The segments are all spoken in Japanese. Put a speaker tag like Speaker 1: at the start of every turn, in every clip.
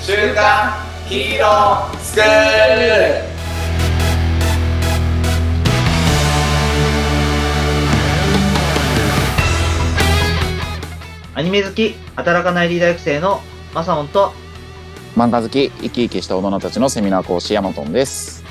Speaker 1: 週刊ヒーロースクール
Speaker 2: アニメ好き、働かないリーダー育成のマサオンと、
Speaker 3: 漫画好き生き生きした大人たちのセミナー講師ヤマトンです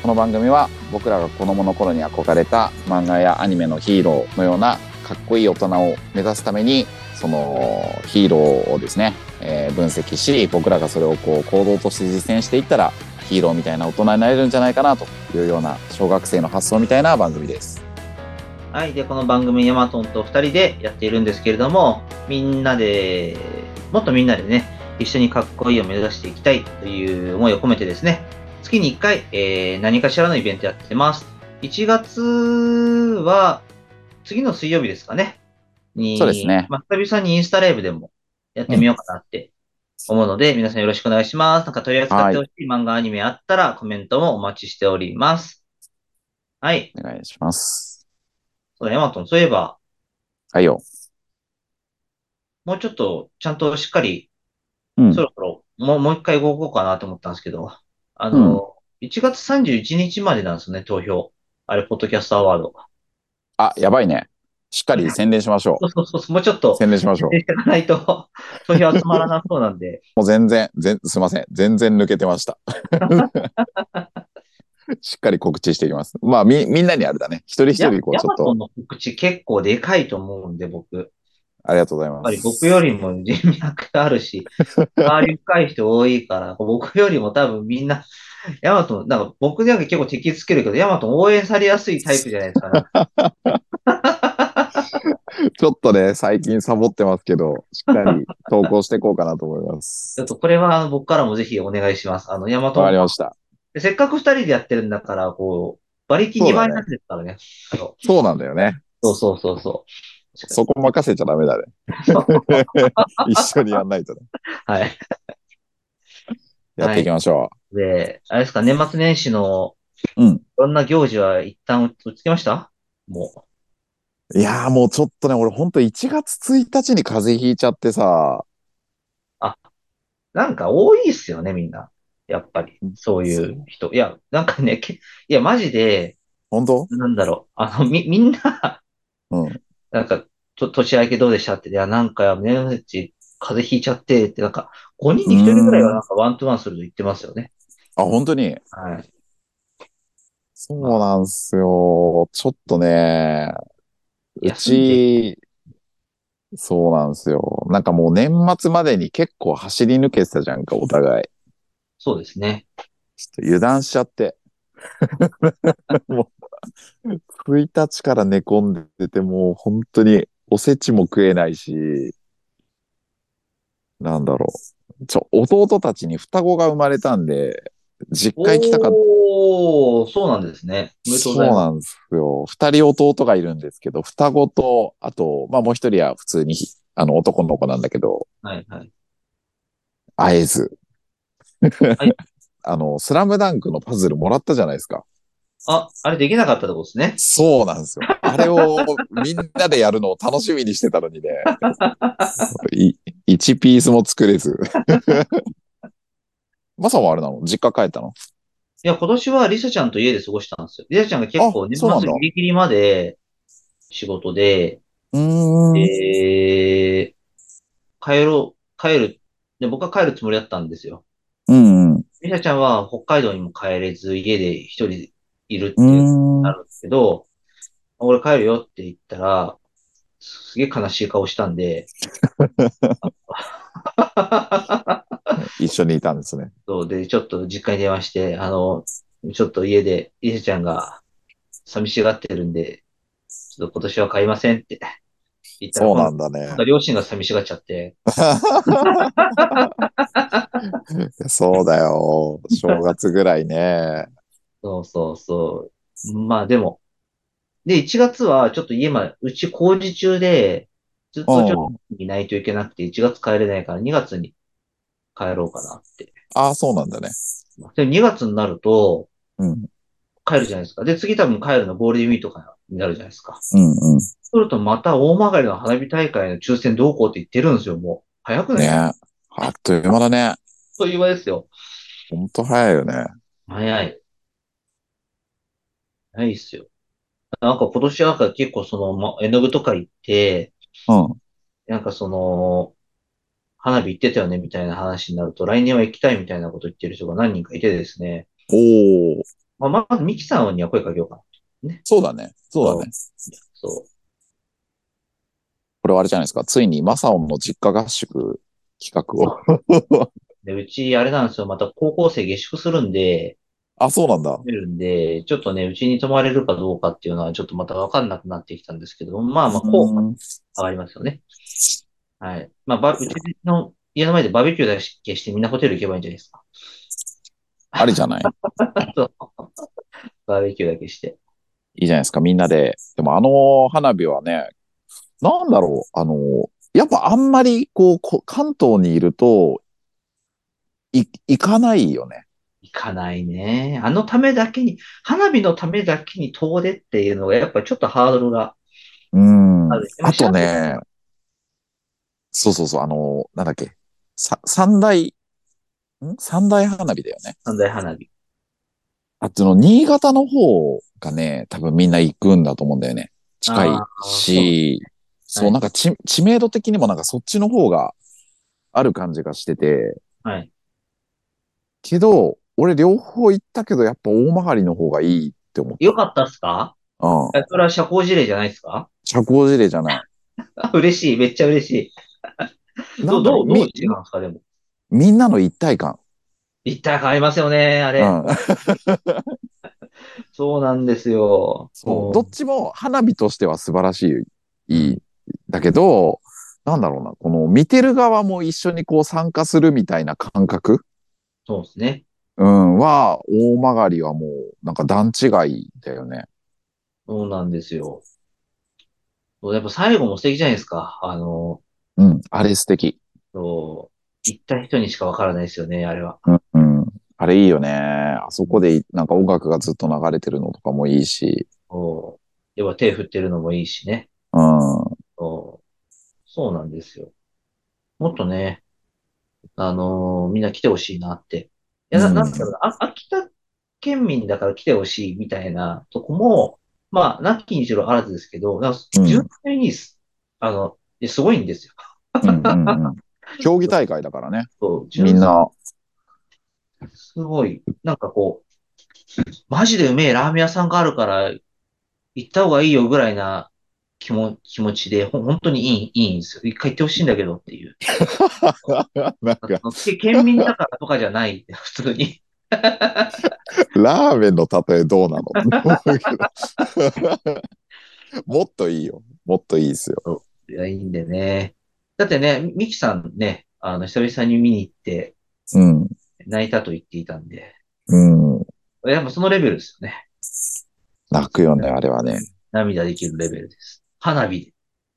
Speaker 3: この番組は僕らが子供の頃に憧れた漫画やアニメのヒーローのようなかっこいい大人を目指すためにそのヒーローをですね、えー分析し僕らがそれをこう行動として実践していったらヒーローみたいな大人になれるんじゃないかなというような小学生の発想みたいな番組です
Speaker 2: はい、で、この番組ヤマトンと2人でやっているんですけれども、みんなで、もっとみんなでね、一緒にかっこいいを目指していきたいという思いを込めてですね、月に1回、えー何かしらのイベントやってます。1月は、次の水曜日ですかね。に
Speaker 3: そうですね
Speaker 2: まあ、久々にインスタライブでもやってみようかなって思うので、皆さんよろしくお願いします。なんか取り扱ってほしい漫画、アニメあったら、コメントもお待ちしております。はい。
Speaker 3: お願いします
Speaker 2: そうだ、ヤマトン、そういえば、
Speaker 3: はいよ
Speaker 2: もうちょっと、ちゃんとしっかり、
Speaker 3: うん
Speaker 2: そろそろ、もう、もう一回動こうかなと思ったんですけど、あの、1月31日までなんですよね、投票。あれ、ポッドキャストアワード。
Speaker 3: あやばいねしっかり宣伝しましょ
Speaker 2: そうそうそうそう、もうちょっと
Speaker 3: う、宣伝しましょう
Speaker 2: していかないと、 投票集まらなそうなんで、
Speaker 3: もう全然、全すいません。全然抜けて ました。しっかり告知していきます。まあ、み、みんなにあれだね。一 人一
Speaker 2: ヤ
Speaker 3: 人、こう、
Speaker 2: ヤ
Speaker 3: ちょ
Speaker 2: マ
Speaker 3: っ
Speaker 2: ト
Speaker 3: と
Speaker 2: ン、の告知結構でかいと思うんで、僕。やっ
Speaker 3: ありがとうございま
Speaker 2: ぱり
Speaker 3: す。
Speaker 2: 僕よりも人脈ある し、周り深い人多いから、僕よりも多分みんな、ヤマトン、なんか僕なんか結構敵つけるけど、ヤマトン応援されやすいタイプじゃないですか、
Speaker 3: ちょっとね、最近サボってますけど、しっかり投稿していこうかなと思いま
Speaker 2: ちょ
Speaker 3: す
Speaker 2: っ。とこれはあの僕からもぜひお願いします。あの、ヤマ
Speaker 3: わかり
Speaker 2: ト、
Speaker 3: ました。
Speaker 2: せっかく二人でやってるんだから、こう、馬力
Speaker 3: そう
Speaker 2: 2
Speaker 3: だ
Speaker 2: 倍
Speaker 3: ね
Speaker 2: なんですからね。あの
Speaker 3: そうなんだよね。
Speaker 2: そうそうそうそう。
Speaker 3: そこ任せちゃダ メだね。一緒にやんないとね。
Speaker 2: はい。
Speaker 3: やっていきましょ
Speaker 2: で、あれですか、年末年始の、
Speaker 3: う。うん。
Speaker 2: いろんな行事は一旦落ち着きましたも
Speaker 3: いやーもうちょっとね、俺ほんと1月1日に風邪ひいちゃってさ、
Speaker 2: う。なんか多いっすよね、みんな。やっぱり、そういう人。いや、なんかね、けいや、マジで、
Speaker 3: 本当
Speaker 2: なんだろう。あの、み、みんな、
Speaker 3: うん。
Speaker 2: なんか、と、年明けどうでしたって、いや、なんか、年末ち風邪ひいちゃって、って、なんか、5人に1人ぐらいはなんかワントゥワンすると言ってますよね。
Speaker 3: あ、本当に。
Speaker 2: はい。
Speaker 3: そうなんすよ。ちょっとね、う
Speaker 2: 休んで
Speaker 3: ち、そうなんすよ。なんかもう年末までに結構走り抜けてたじゃんか、お互い。
Speaker 2: そうですね。
Speaker 3: ちょっと油断しち ゃって。もう、1日から寝込んでて、もう本当におせちも食えないし、なんだろう。ちょ、弟たちに双子が生まれたんで、実家行きたかった。
Speaker 2: おー、そうなんですね。おめでとうございます。
Speaker 3: そうなんですよ。二人弟がいるんですけど、双子と、あと、まあもう一人は普通に、あの、男の子なんだけど、
Speaker 2: はい、はい。
Speaker 3: 会えず。
Speaker 2: い
Speaker 3: あの、スラムダンクのパズルもらったじゃないですか。
Speaker 2: あ、あれできなかったとこですね。
Speaker 3: そうなんですよ。あれをみんなでやるのを楽しみにしてたのにね。い一ピースも作れず。 マサはあれなの実家帰ったの
Speaker 2: いや、今年はリサちゃんと家で過ごしたんですよ。リサちゃんが結構
Speaker 3: あ
Speaker 2: 年
Speaker 3: そうなんだ
Speaker 2: 末ギリギリまで仕事で、
Speaker 3: うーん。
Speaker 2: えー、帰ろう、帰る、で、僕は帰るつもりだったんですよ。
Speaker 3: うんうん。
Speaker 2: リサちゃんは北海道にも帰れず、家で一人いるって
Speaker 3: う
Speaker 2: いう
Speaker 3: ーん
Speaker 2: なるんですけど、俺帰るよって言ったら、すげえ悲しい顔したんで、
Speaker 3: 一緒にいたんですね。
Speaker 2: そうで、ちょっと実家に電話して、あの、ちょっと家で、イエちゃんが寂しがってるんで、ちょっと今年は買いませんって言ったら、
Speaker 3: そうなんだね。
Speaker 2: 今度両親が寂しがっちゃって、
Speaker 3: そうだよ。正月ぐら いね。
Speaker 2: そうそうそう。まあでも、で、1月はちょっと家まで、うち工事中で、ずっとちょっといないといけなくて、1月帰れないから2月に帰ろうかなって。
Speaker 3: ああ、そうなんだね。
Speaker 2: でも2月になると、
Speaker 3: うん。
Speaker 2: 帰るじゃないですか。で、次多分帰るのゴールデンウィークとかになるじゃないですか。
Speaker 3: うんう
Speaker 2: そうするとまた大曲の花火大会の抽選どうこうって言ってるんですよ、もう。早く
Speaker 3: ん。
Speaker 2: ない
Speaker 3: ねあっという間だね。
Speaker 2: そういう場ですよ。
Speaker 3: ほんと早いよね。
Speaker 2: 早い。早いっすよ。なんか今年なんか結構その、ま、絵の具とか行って、
Speaker 3: うん。
Speaker 2: なんかその、花火行ってたよねみたいな話になると、来年は行きたいみたいなこと言ってる人が何人かいてですね。
Speaker 3: おお。
Speaker 2: まあ、まずミキさんには声かけようかな。
Speaker 3: そうだね。そうだね。
Speaker 2: そ
Speaker 3: これはあれじゃないですか。ついにマサオンの実家合宿企画を。
Speaker 2: う。で、うち、あれなんですよ。また高校生下宿するんで、
Speaker 3: あ、そうなんだ。
Speaker 2: 出るんで、ちょっとね、うちに泊まれるかどうかっていうのはちょっとまたわかんなくなってきたんですけど、まあまあ、こう、
Speaker 3: うん
Speaker 2: 上がりますよね。はい。まあ、ば、うちの家の前でバーベキューだけしてみんなホテル行けばいいんじゃないですか。
Speaker 3: あれじゃない
Speaker 2: そうバーベキューだけして。
Speaker 3: いいじゃないですか、みんなで。でもあの花火はね、なんだろう、あの、やっぱあんまりこう、こ関東にいると、い、行かないよね。
Speaker 2: 行かないね。あのためだけに、花火のためだけに遠出っていうのが、やっぱりちょっとハードルが
Speaker 3: うん。
Speaker 2: あ
Speaker 3: あ
Speaker 2: る。ま
Speaker 3: と。ね、そうそうそう、あの、なんだっけ、さ、三大、ん三大花火だよね。
Speaker 2: 三大花火。
Speaker 3: あっちの新潟の方がね、多分みんな行くんだと思うんだよね。近い
Speaker 2: あー
Speaker 3: し、
Speaker 2: は
Speaker 3: そう、
Speaker 2: い
Speaker 3: なんか知知名度的にもなんかそっちの方がある感じがしてて、
Speaker 2: はい。
Speaker 3: けど、俺両方行ったけど、やっぱ大回りの方がいいって思っ
Speaker 2: よかったっすか
Speaker 3: た。うん。
Speaker 2: えそれは社交辞令じゃないですか
Speaker 3: 社交辞令じゃない。
Speaker 2: あ嬉しい。めっちゃ嬉しい。
Speaker 3: な
Speaker 2: ど
Speaker 3: ん
Speaker 2: う、
Speaker 3: だろ
Speaker 2: ど
Speaker 3: う
Speaker 2: う、どう違うん
Speaker 3: み
Speaker 2: ですかでも。
Speaker 3: みんなの一体感。
Speaker 2: 一体変わりますよね、あ
Speaker 3: う
Speaker 2: れ。
Speaker 3: ん。
Speaker 2: そうなんですよ。
Speaker 3: そう。どっちも花火としては素晴らしい、いい、だけど、なんだろうな、この見てる側も一緒にこう参加するみたいな感覚
Speaker 2: そうですね。
Speaker 3: うん、は、大曲りはもう、なんか段違いだよね。
Speaker 2: そうなんですよ。そうやっぱ最後も素敵じゃないですか。あの、
Speaker 3: うん、あれ素敵。
Speaker 2: そう行った人にしかわからないですよね、あれは。
Speaker 3: うん、うん。あれいいよね。あそこでい、なんか音楽がずっと流れてるのとかもいいし、
Speaker 2: そう要は手振ってるのもいいしね。
Speaker 3: うん。
Speaker 2: そうそうなんですよ。もっとね、あのーみんな来てほしいなって。いや、な
Speaker 3: うん
Speaker 2: なんだろうな、あ秋田県民だから来てほしいみたいなとこも、まあ、なきにしろあらずですけど、なんか
Speaker 3: うん
Speaker 2: 純粋にす、あの、いやすごいんですよ。
Speaker 3: うん、うん、 うん。競技大会だからね。
Speaker 2: そう純
Speaker 3: みんな、
Speaker 2: すごい。なんかこう、マジでうめえラーメン屋さんがあるから、行った方がいいよぐらいな気も気持ちで、ほ本当にいい、いいんですよ。一回行ってほしいんだけどっていう。
Speaker 3: なんか、
Speaker 2: け 県民だからとかじゃない。普通に。
Speaker 3: ラーメンの例えどうなの もっといいよ。もっといいですよ。
Speaker 2: いや、いいんでね。だってね、ミキさんね、あの、久々に見に行って、
Speaker 3: うん、
Speaker 2: 泣いたと言っていたんで。
Speaker 3: うん。
Speaker 2: いや、もうそのレベルですよね。
Speaker 3: 泣くよね、あれはね。
Speaker 2: 涙できるレベルです。花火で。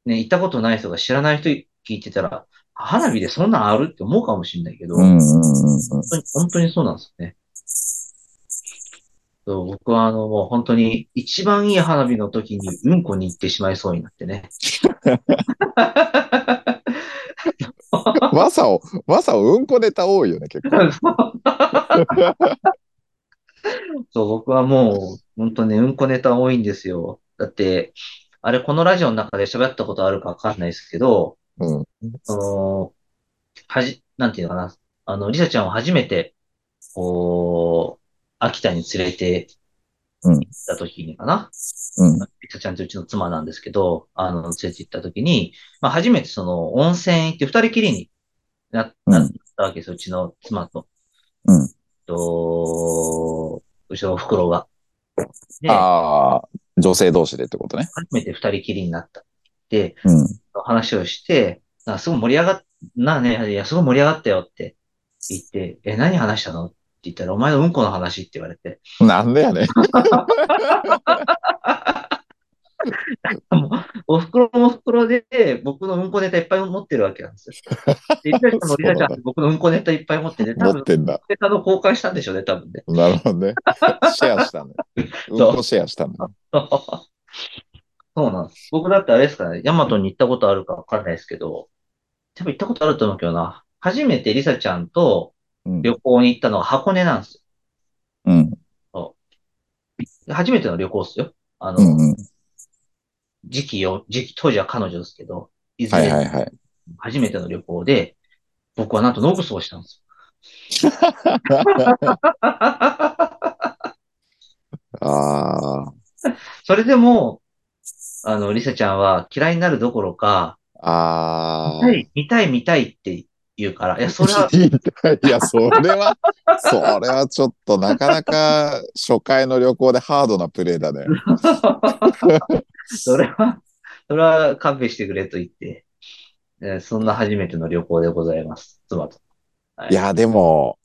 Speaker 2: ね、行ったことない人が知らない人聞いてたら、花火でそんなんあるって思うかもしれないけど、
Speaker 3: うん、うん、うんうん。
Speaker 2: 本当に、本当にそうなんですよね。そう僕はあの、もう本当に一番いい花火の時にうんこに行ってしまいそうになってね。
Speaker 3: マサオ、マサオ、うんこネタ多いよね、結構。
Speaker 2: そう、僕はもう本当ね、うんこネタ多いんですよ。だって、あれこのラジオの中で喋ったことあるかわかんないですけど、
Speaker 3: うん。
Speaker 2: その、はじ、なんていうのかな。あの、リサちゃんを初めて、こう、秋田に連れて
Speaker 3: うん
Speaker 2: 行った時にかな。
Speaker 3: うん。
Speaker 2: リサちゃんとうちの妻なんですけど、あの、連れて行った時に、まあ、初めてその、温泉行って二人きりになな
Speaker 3: うん
Speaker 2: ったわけですよ。うちの妻と。
Speaker 3: うん
Speaker 2: と、うちのお袋が。で、初
Speaker 3: ああ、女性同士でってことね。
Speaker 2: めて二人きりになった。で、
Speaker 3: うん。
Speaker 2: 話をして、あすごい盛り上がっ、なあね、いや、すごい盛り上がったよって言って、え、何話したのって言ったら、お前のうんこの話って言われて、
Speaker 3: なんでやねん。
Speaker 2: お袋も袋で、僕のうんこネタいっぱい持ってるわけなんですよ。で、リナちゃんもリナちゃんって僕のうんこネタいっぱい持ってて、多
Speaker 3: 持
Speaker 2: 分
Speaker 3: っ、てんだ。
Speaker 2: ネタの交換したんでしょうね、多分ね。
Speaker 3: なるほどね。シェア したね。うん
Speaker 2: そう
Speaker 3: こシェアしたね。
Speaker 2: そうなんです。僕だってあれですかね、ヤマトに行ったことあるかわかんないですけど、多分行ったことあると思うけどな。初めてリサちゃんと、
Speaker 3: うん
Speaker 2: 旅行に行ったのが箱根なんです
Speaker 3: うん。
Speaker 2: よ。初めての旅行っすよ。あの、
Speaker 3: うんうん。
Speaker 2: 時期よ、時期、当時は彼女ですけど、いず
Speaker 3: はい
Speaker 2: れ
Speaker 3: はいはい。
Speaker 2: 初めての旅行で、僕はなんとノブスをしたんですよ。
Speaker 3: あ
Speaker 2: それでも、あの、リサちゃんは嫌いになるどころか、
Speaker 3: あ。ああ。、
Speaker 2: はい、見たい見たいって言うから、いや、それは
Speaker 3: いや、それは、それはちょっとなかなか初回の旅行でハードなプレイだね。
Speaker 2: それは、それは勘弁してくれと言って、えーそんな初めての旅行でございます。妻と。
Speaker 3: いや、でも、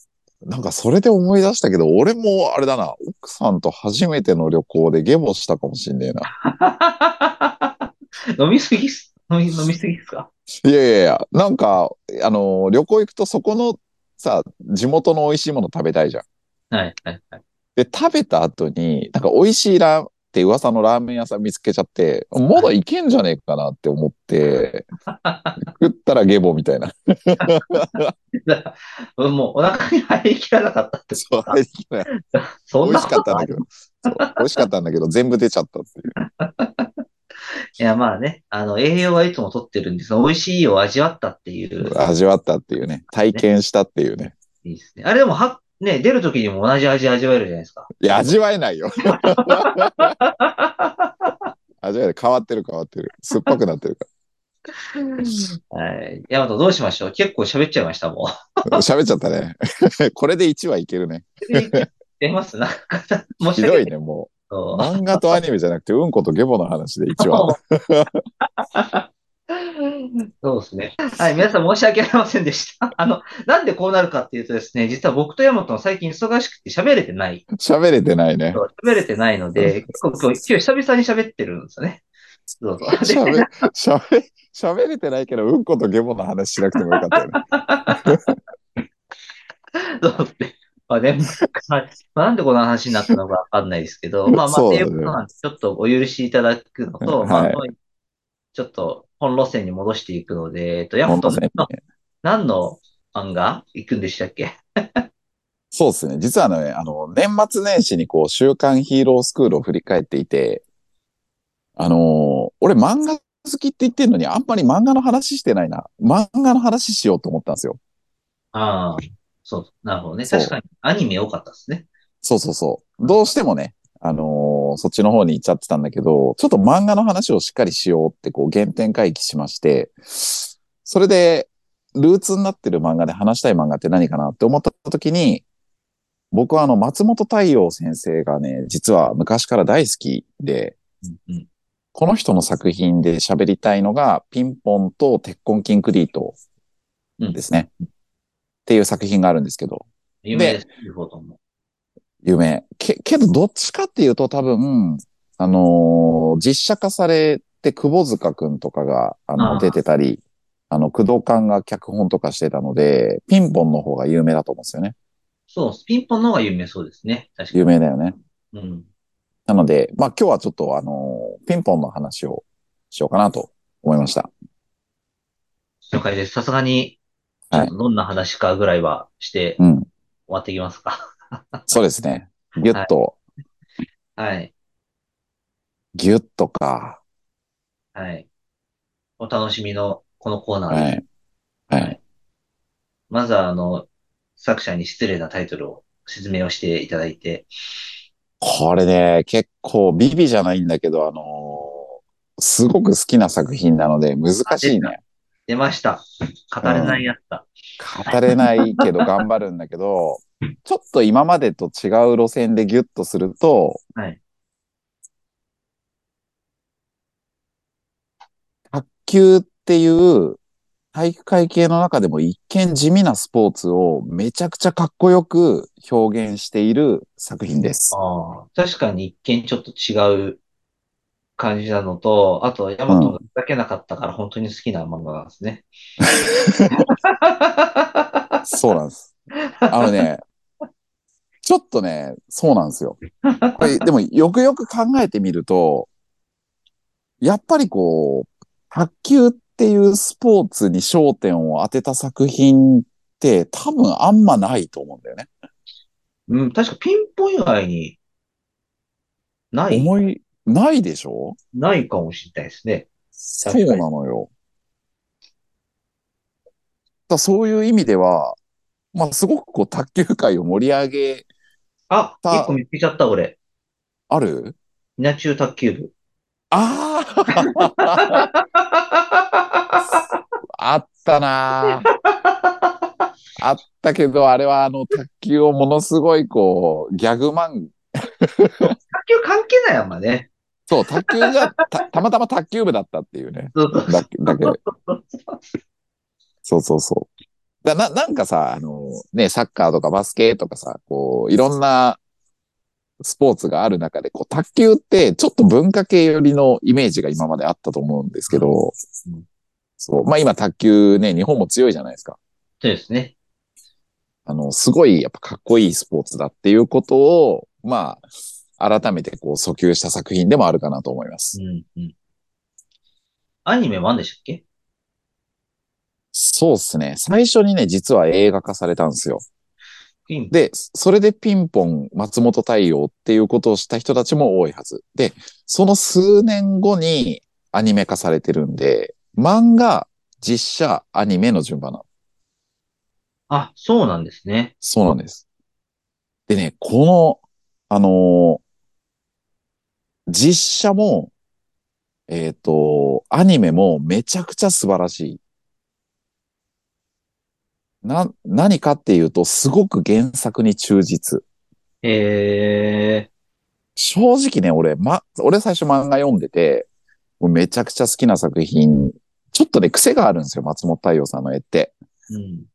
Speaker 3: なんかそれで思い出したけど、俺もあれだな、奥さんと初めての旅行でゲボしたかもしんねえな。
Speaker 2: 飲みすぎっす、飲み、飲みすぎっすか
Speaker 3: いやいやいや、なんか、あの、旅行行くとそこのさ、地元の美味しいもの食べたいじゃん。
Speaker 2: はい、はい、はい。
Speaker 3: で、食べた後に、なんか美味しいラーって噂のラーメン屋さん見つけちゃって、まだ行けんじゃねえかなって思って、食ったらゲボみたいな。
Speaker 2: だからもうお腹に入りきらなかったって。
Speaker 3: そう、
Speaker 2: そん
Speaker 3: 美
Speaker 2: な
Speaker 3: 味しか
Speaker 2: こ
Speaker 3: っ
Speaker 2: と
Speaker 3: たん
Speaker 2: あ
Speaker 3: だ
Speaker 2: る
Speaker 3: けど、そう美味しかったんだけど、全部出ちゃったっていう。
Speaker 2: いや、まあね、あの、栄養はいつも取ってるんですが、美味しいを味わったっていう、
Speaker 3: 味わったっていうね、体験したっていうね。
Speaker 2: いいですね。あれでも、は、ね、出るときにも同じ味味わえるじゃないですか。
Speaker 3: いや、味わえな いよ。味わえない。変わってる変わってる。酸っぱくなってるか
Speaker 2: はい。ヤマトどうしましょう結構喋っちゃいました、もう。
Speaker 3: ら。喋っちゃったね。 これで1話いけるね。
Speaker 2: 出ますなんか、申
Speaker 3: ひ
Speaker 2: し
Speaker 3: ど
Speaker 2: 訳
Speaker 3: い
Speaker 2: ない。
Speaker 3: ね、もう。
Speaker 2: そう
Speaker 3: 漫画とアニメじゃなくて、うんことゲボの話で1話。
Speaker 2: そうですね。はい、皆さん申し訳ありませんでした。あの、なんでこうなるかっていうとですね、実は僕とヤマトは最近忙しくて喋れてない。
Speaker 3: 喋れてないね。
Speaker 2: 喋れてないので、結構今日久々に喋ってるんですよね。どう ぞ。で
Speaker 3: 喋、喋、喋れてないけど、うんことゲボの話しなくてもよかったよね。
Speaker 2: そう ですね。まあね、はいまあ、なんでこの話になったのかわかんないですけ ど、まあまあ、
Speaker 3: そう
Speaker 2: ってい
Speaker 3: だね
Speaker 2: うことなんで、ちょっとお許しいただくのと、まあ
Speaker 3: はい
Speaker 2: ちょっと本路線に戻していくので、えっと、ヤ
Speaker 3: ほ
Speaker 2: マ
Speaker 3: ん
Speaker 2: ト
Speaker 3: とね
Speaker 2: の何の漫画行くんでしたっけ
Speaker 3: そうですね。実はね、あの、年末年始にこう、週刊ヒーロースクールを振り返っていて、あのー俺漫画好きって言ってんのに、あんまり漫画の話してないな。漫画の話しようと思ったんですよ。
Speaker 2: ああ、そう、なるほどね。
Speaker 3: そう
Speaker 2: 確かにアニメ多かったですね。
Speaker 3: そうそうそう。どうしてもね、あのーそっちの方に行っちゃってたんだけど、ちょっと漫画の話をしっかりしようってこう、原点回帰しまして、それで、ルーツになってる漫画で話したい漫画って何かなって思った時に、僕はあの、松本太陽先生がね、実は昔から大好きで、
Speaker 2: うんうん
Speaker 3: この人の作品で喋りたいのが、ピンポンと鉄痕キンクリートですね。っていう作品があるんですけど、
Speaker 2: 有名です。いうことも。
Speaker 3: 有名。け、けど、どっちかっていうと多分、あのー実写化されて、窪塚くんとかが、あの、
Speaker 2: あー
Speaker 3: 出てたり、あの、工藤官が脚本とかしてたので、ピンポンの方が有名だと思うんですよね。
Speaker 2: そう、ピンポンの方が有名そうですね。確か
Speaker 3: 有名だよね。
Speaker 2: に。うん。
Speaker 3: なので、まあ今日はちょっとあのーピンポンの話をしようかなと思いました。
Speaker 2: 了解です。さすがに、ちょ
Speaker 3: は
Speaker 2: っ
Speaker 3: い
Speaker 2: とどんな話かぐらいはして終
Speaker 3: うん。
Speaker 2: わっていきますか。
Speaker 3: そうですね。ギュッと、
Speaker 2: はい。
Speaker 3: ギュッとか。
Speaker 2: はい。お楽しみのこのコーナーで、
Speaker 3: はい。はい。
Speaker 2: まずはあの、作者に失礼なタイトルを説明をしていただいて、
Speaker 3: これね、結構ビビじゃないんだけど、あのーすごく好きな作品なので難しいね。
Speaker 2: 出ました。語れないやつだ。
Speaker 3: 語れないけど頑張るんだけど、ちょっと今までと違う路線でギュッとすると、
Speaker 2: はい
Speaker 3: 卓球っていう体育会系の中でも一見地味なスポーツをめちゃくちゃかっこよく表現している作品です。
Speaker 2: ああ確かに一見ちょっと違う感じなのと、あと、ヤマトがふざけなかったから本当に好きな漫画なんですね。
Speaker 3: そうなんです。あのね、ちょっとね、そうなんですよ。これ、でもよくよく考えてみると、やっぱりこう、卓球っていうスポーツに焦点を当てた作品って多分あんまないと思うんだよね。
Speaker 2: うん、確かピンポン以外に、ない、
Speaker 3: 思い、ないでしょ
Speaker 2: ないかもしれないですね。
Speaker 3: そ
Speaker 2: 確かに
Speaker 3: うなのよ。だそういう意味では、まあすごくこう卓球界を盛り上げ、
Speaker 2: あ、
Speaker 3: さ
Speaker 2: 一個見つけちゃった、俺。
Speaker 3: ある
Speaker 2: 稲中卓球部。
Speaker 3: あああったなーあったけど、あれはあの卓球をものすごいこう、ギャグマン
Speaker 2: 卓球関係ないあんまね。
Speaker 3: そう、卓球がた、たまたま卓球部だったっていうね。
Speaker 2: そうそう
Speaker 3: だけだ けで。そうそうそう。だな、なんかさ、あの、ね、サッカーとかバスケとかさ、こう、いろんなスポーツがある中で、こう、卓球ってちょっと文化系寄りのイメージが今まであったと思うんですけど、
Speaker 2: うん
Speaker 3: そう、まあ今卓球ね、日本も強いじゃないですか。
Speaker 2: そうですね。
Speaker 3: あの、すごいやっぱかっこいいスポーツだっていうことを、まあ、改めてこう訴求した作品でもあるかなと思います
Speaker 2: う。んうん。アニメもあんでしたっけ
Speaker 3: そうですね。最初にね、実は映画化されたんですよ。
Speaker 2: ピン
Speaker 3: で、それでピンポン、松本太陽っていうことをした人たちも多いはず。で、その数年後にアニメ化されてるんで、漫画、実写、アニメの順番なの。
Speaker 2: あ、そうなんですね。
Speaker 3: そうなんです。でね、この、あのー実写も、えっ、と、アニメもめちゃくちゃ素晴らしい。な、何かっていうと、すごく原作に忠実。
Speaker 2: えー、
Speaker 3: 正直ね、俺、ま、俺最初漫画読んでて、もうめちゃくちゃ好きな作品、ちょっとね、癖があるんですよ、松本太陽さんの絵って。
Speaker 2: うん。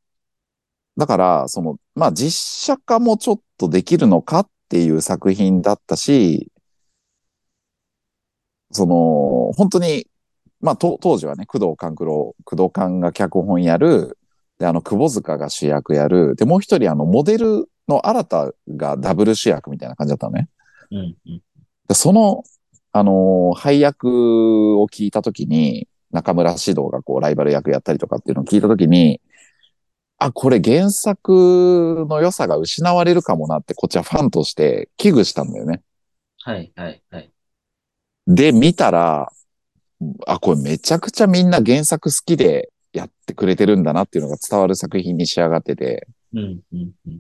Speaker 3: だから、その、まあ、実写化もちょっとできるのかっていう作品だったし、その、本当に、まあ、と当時はね、工藤官九郎、工藤官が脚本やる、で、あの、窪塚が主役やる、で、もう一人、あの、モデルの新たがダブル主役みたいな感じだったのね。
Speaker 2: うん。うん。
Speaker 3: でその、あのー配役を聞いたときに、中村獅童がこうライバル役やったりとかっていうのを聞いたときに、あ、これ原作の良さが失われるかもなって、こっちはファンとして危惧したんだよね。
Speaker 2: はい、はい、はい。
Speaker 3: で、見たら、あ、これめちゃくちゃみんな原作好きでやってくれてるんだなっていうのが伝わる作品に仕上がってて、
Speaker 2: うん、うん、うん。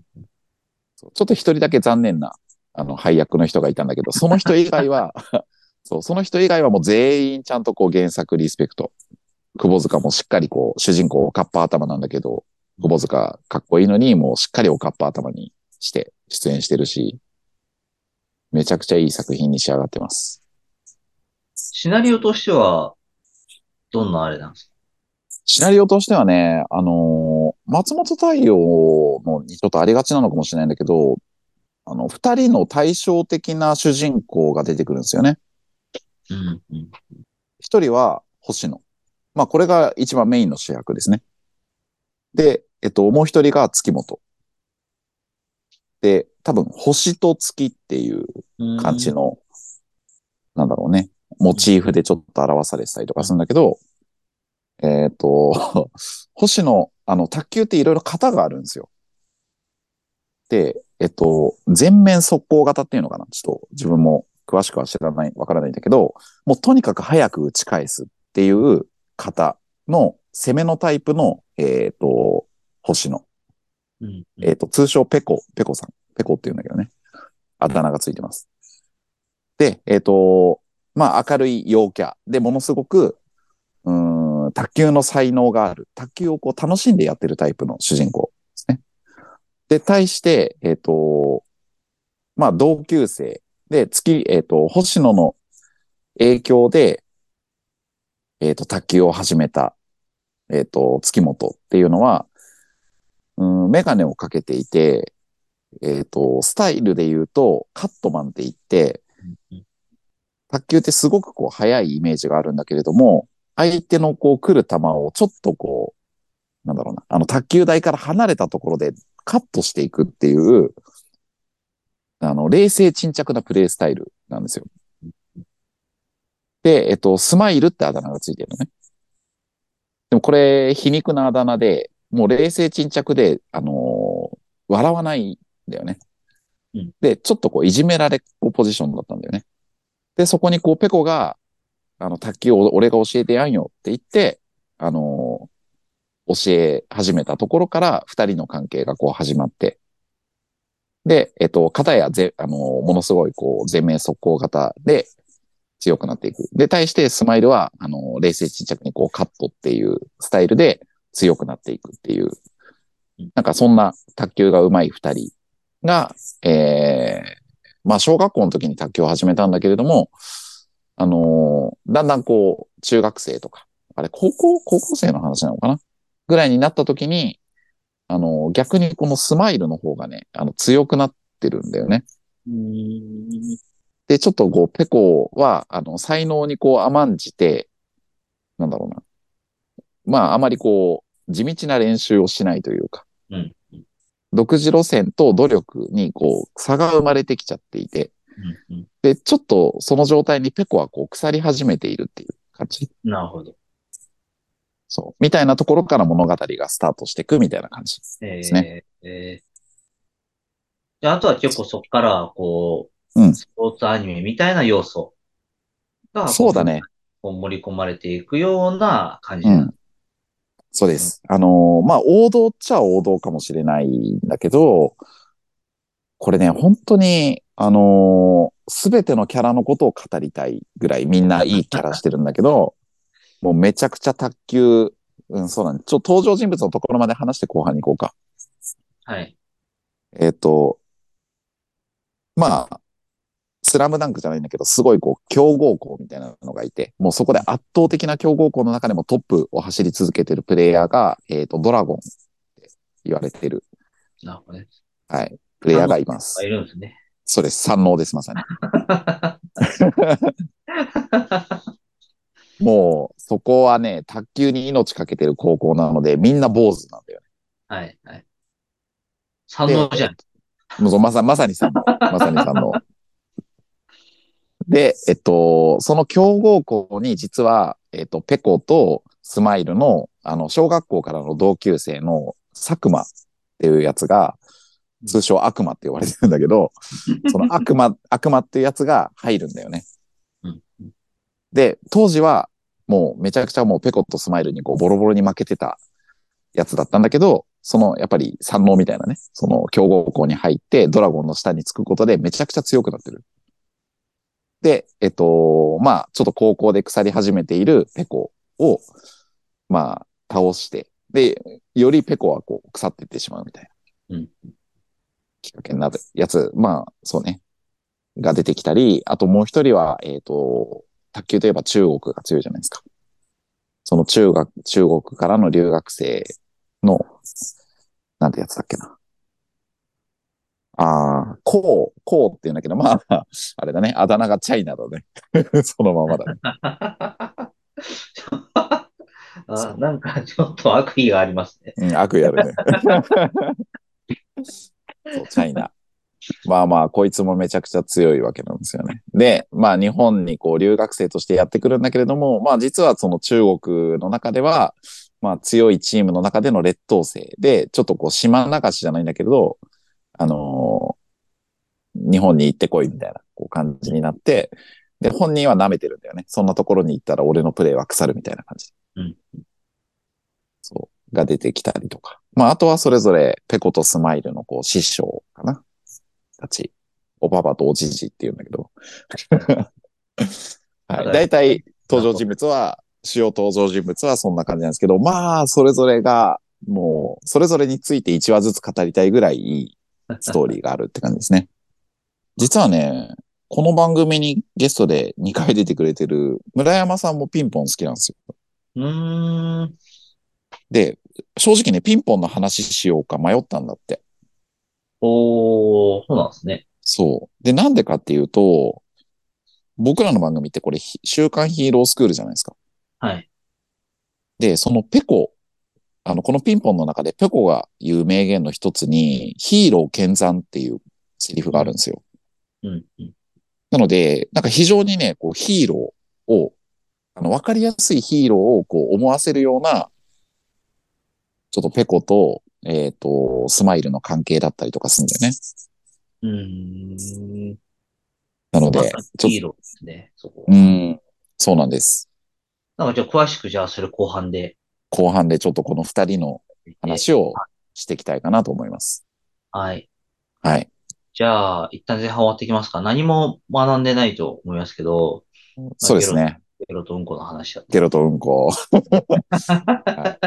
Speaker 3: そうちょっと一人だけ残念な、あの、配役の人がいたんだけど、その人以外は、 そう、その人以外はもう全員ちゃんとこう原作リスペクト。窪塚もしっかりこう、主人公おかっぱ頭なんだけど、窪塚かっこいいのに、もうしっかりおかっぱ頭にして出演してるし、めちゃくちゃいい作品に仕上がってます。
Speaker 2: シナリオとしては、どんなあれなんですか
Speaker 3: シナリオとしてはね、あのー松本太陽のにちょっとありがちなのかもしれないんだけど、あの、二人の対照的な主人公が出てくるんですよね。
Speaker 2: うん、うん。
Speaker 3: 一人は星野。まあ、これが一番メインの主役ですね。で、えっと、もう一人が月本。で、多分、星と月っていう
Speaker 2: うん
Speaker 3: 感じ。の、なんだろうね、モチーフでちょっと表されてたりとかするんだけど、えっと、 星野、あの、卓球っていろいろ型があるんですよ。で、えっと、全面速攻型っていうのかなちょっと自分も詳しくは知らない、わからないんだけど、もうとにかく早く打ち返すっていう型の攻めのタイプの、えっと、星野。
Speaker 2: うん、
Speaker 3: えっ、と、通称ペコ、ペコさん。ペコって言うんだけどね。あだ名がついてます。で、えっ、と、まあ、明るい陽キャで、ものすごく、うーん、卓球の才能がある。卓球をこう楽しんでやってるタイプの主人公ですね。で、対して、えっ、と、まあ、同級生で、月、えっ、と、星野の影響で、えっ、と、卓球を始めた、えっ、と、月本っていうのは、うん、メガネをかけていて、えっ、と、スタイルで言うと、カットマンって言って、
Speaker 2: うん
Speaker 3: 卓球ってすごくこう、速いイメージがあるんだけれども、相手のこう、来る球をちょっとこう、なんだろうな、あの、卓球台から離れたところでカットしていくっていう、あの、冷静沈着なプレースタイルなんですよ。で、えっと、スマイルってあだ名がついてるのね。でもこれ、皮肉なあだ名で、もう冷静沈着で、あのー笑わないんだよね
Speaker 2: うん。
Speaker 3: で、ちょっとこう、いじめられっ子ポジションだったんだよね。で、そこにこう、ペコが、あの、卓球を俺が教えてやんよって言って、あのー教え始めたところから、二人の関係がこう、始まって。で、えっと、片やぜ、あのーものすごいこう、全面速攻型で、強くなっていく。で、対してスマイルは、あのー冷静沈着にこう、カットっていうスタイルで、強くなっていくっていう
Speaker 2: うん、
Speaker 3: なんかそんな卓球が上手い二人が、えーまあ小学校の時に卓球を始めたんだけれども、あのーだんだんこう、中学生とか、あれ、高校高校生の話なのかなぐらいになった時に、あのー逆にこのスマイルの方がね、あの、強くなってるんだよね。
Speaker 2: うん。
Speaker 3: で、ちょっとこう、ペコは、あの、才能にこう甘んじて、なんだろうな。まあ、あまりこう、地道な練習をしないというか、
Speaker 2: うん
Speaker 3: 独自路線と努力にこう、差が生まれてきちゃっていて、
Speaker 2: うん。
Speaker 3: で、ちょっとその状態にペコはこう、腐り始めているっていう感じ。
Speaker 2: なるほど。
Speaker 3: そう。みたいなところから物語がスタートしていくみたいな感じ。
Speaker 2: え
Speaker 3: す
Speaker 2: ーえーじゃあ、あとは結構そこから、こう、
Speaker 3: うん
Speaker 2: スポーツアニメみたいな要素が、こ
Speaker 3: そうだね。。
Speaker 2: こう盛り込まれていくような感じ
Speaker 3: う
Speaker 2: な。
Speaker 3: ん。そうです。あのーまあ、王道っちゃ王道かもしれないんだけど、これね、本当に、あのすべてのキャラのことを語りたいぐらいみんないいキャラしてるんだけど、もうめちゃくちゃ卓球、うん、そうなんです。ちょ、登場人物のところまで話して後半に行こうか。
Speaker 2: はい。
Speaker 3: えっ、と、まあ、スラムダンクじゃないんだけど、すごいこう、強豪校みたいなのがいて、もうそこで圧倒的な強豪校の中でもトップを走り続けてるプレイヤーが、えっ、と、ドラゴンって言われてる、
Speaker 2: なるほどね。
Speaker 3: はい、プレイヤーがいます。
Speaker 2: いるんですね。
Speaker 3: それ、三能です、まさに。もう、そこはね、卓球に命かけてる高校なので、みんな坊主なんだよね。
Speaker 2: はい、はい。三能じゃん。
Speaker 3: もうそうまさまさに三能。まさに三能。で、えっと、その強豪校に実は、えっと、ペコとスマイルの、あの、小学校からの同級生の佐久間っていうやつが、通称悪魔って呼ばれてるんだけど、その悪魔、悪魔っていうやつが入るんだよね。
Speaker 2: うん
Speaker 3: で、当時は、もうめちゃくちゃもうペコとスマイルにこうボロボロに負けてたやつだったんだけど、そのやっぱり三能みたいなね、その強豪校に入ってドラゴンの下につくことでめちゃくちゃ強くなってる。で、えっと、まあ、ちょっと高校で腐り始めているペコを、まあ、倒して、で、よりペコはこう腐っていってしまうみたいな。
Speaker 2: うん。
Speaker 3: きっかけになるやつ、まあ、そうね。が出てきたり、あともう一人は、えっ、と、卓球といえば中国が強いじゃないですか。その中学、中国からの留学生の、なんてやつだっけな。ああ、こう、こうって言うんだけど、まあ、あれだね、あだ名がチャイナだね。 そのままだね。
Speaker 2: あなんかちょっと悪意がありますね。
Speaker 3: うん、悪意あるね。 そう、チャイナ。まあまあ、こいつもめちゃくちゃ強いわけなんですよね。で、まあ日本にこう留学生としてやってくるんだけれども、まあ実はその中国の中では、まあ強いチームの中での劣等生で、ちょっとこう島流しじゃないんだけど、あのー日本に行ってこいみたいなこう感じになって、で、本人は舐めてるんだよね。そんなところに行ったら俺のプレーは腐るみたいな感じ。
Speaker 2: うん。
Speaker 3: そう、が出てきたりとか。まあ、あとはそれぞれ、ペコとスマイルのこう、師匠かなたち。おばばとおじじって言うんだけ ど。はい。大体、登場人物は、主要登場人物はそんな感じなんですけど、まあ、それぞれが、もう、それぞれについて1話ずつ語りたいぐらいいいストーリーがあるって感じですね。実はね、この番組にゲストで2回出てくれてる村山さんもピンポン好きなんですよ。
Speaker 2: うーん。
Speaker 3: で、正直ね、ピンポンの話しようか迷ったんだって。
Speaker 2: おー、そうなんですね。
Speaker 3: そう。で、なんでかっていうと、僕らの番組ってこれ、ひ週刊ヒーロースクールじゃないですか。
Speaker 2: はい。
Speaker 3: で、そのペコ、あの、このピンポンの中でペコが言う名言の一つに、ヒーロー健山っていうセリフがあるんですよ。
Speaker 2: うん。うん
Speaker 3: なので、なんか非常にね、こうヒーローを、あの、わかりやすいヒーローをこう思わせるようなちょっとペコと、えっ、と、スマイルの関係だったりとかするんだよね。
Speaker 2: うーん。
Speaker 3: なの
Speaker 2: ま
Speaker 3: で
Speaker 2: さ、
Speaker 3: ちょ
Speaker 2: にヒ
Speaker 3: っ、
Speaker 2: ーローですね、そこと
Speaker 3: う。ん、そうなんです。
Speaker 2: なんかじゃあ詳しく、じゃあそれ後半で。
Speaker 3: 後半でちょっとこの二人の話をしていきたいかなと思います。
Speaker 2: はい。
Speaker 3: はい。
Speaker 2: じゃあ、一旦前半終わってきますか。何も学んでないと思いますけど、
Speaker 3: そうですね。
Speaker 2: ゲロとうんこの話だった
Speaker 3: ゲロとうんこ。は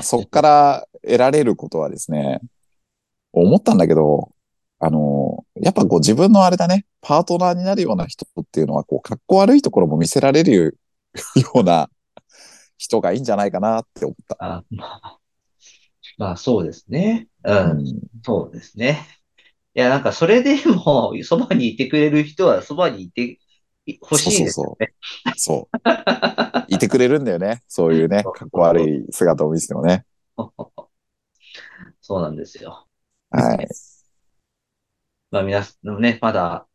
Speaker 3: いそっから得られることはですね、思ったんだけど、あの、やっぱこう自分のあれだね、パートナーになるような人っていうのは、こう、格好悪いところも見せられるよような人がいいんじゃないかなって思った。
Speaker 2: あまあ、まあそうですね。う、
Speaker 3: うんん、
Speaker 2: そうですね。いや、なんかそれでも、そばにいてくれる人はそばにいてほしいですよね。
Speaker 3: そう。いてくれるんだよね。そういうね、格好悪い姿を見せてもね。
Speaker 2: そうなんですよ。
Speaker 3: はい。
Speaker 2: まあ皆さんもね、まだ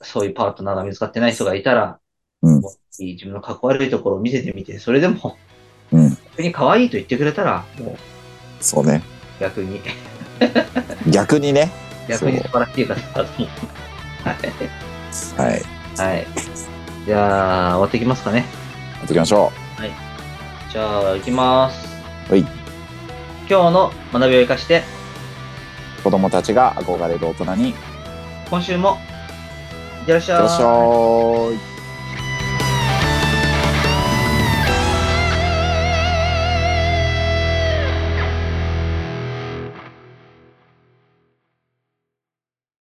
Speaker 2: そういうパートナーが見つかってない人がいたら、
Speaker 3: うん。
Speaker 2: 自分のかっこ悪いところを見せてみて、それでも、
Speaker 3: うん
Speaker 2: 逆に可愛いと言ってくれたら、もう
Speaker 3: そうね。
Speaker 2: 逆に、
Speaker 3: 逆にね。
Speaker 2: 逆に素晴らしい方だと思う。
Speaker 3: はい。や
Speaker 2: はい。じゃあ、終わっていきますかね。
Speaker 3: っていきましょ
Speaker 2: じゃあ、行きます。
Speaker 3: はい。
Speaker 2: 今日の学びを生かして、
Speaker 3: う。子供たちが憧れる大人に、いっ
Speaker 2: 今週も、いってらっしてゃ
Speaker 3: らっしゃ
Speaker 2: い。
Speaker 3: ーい。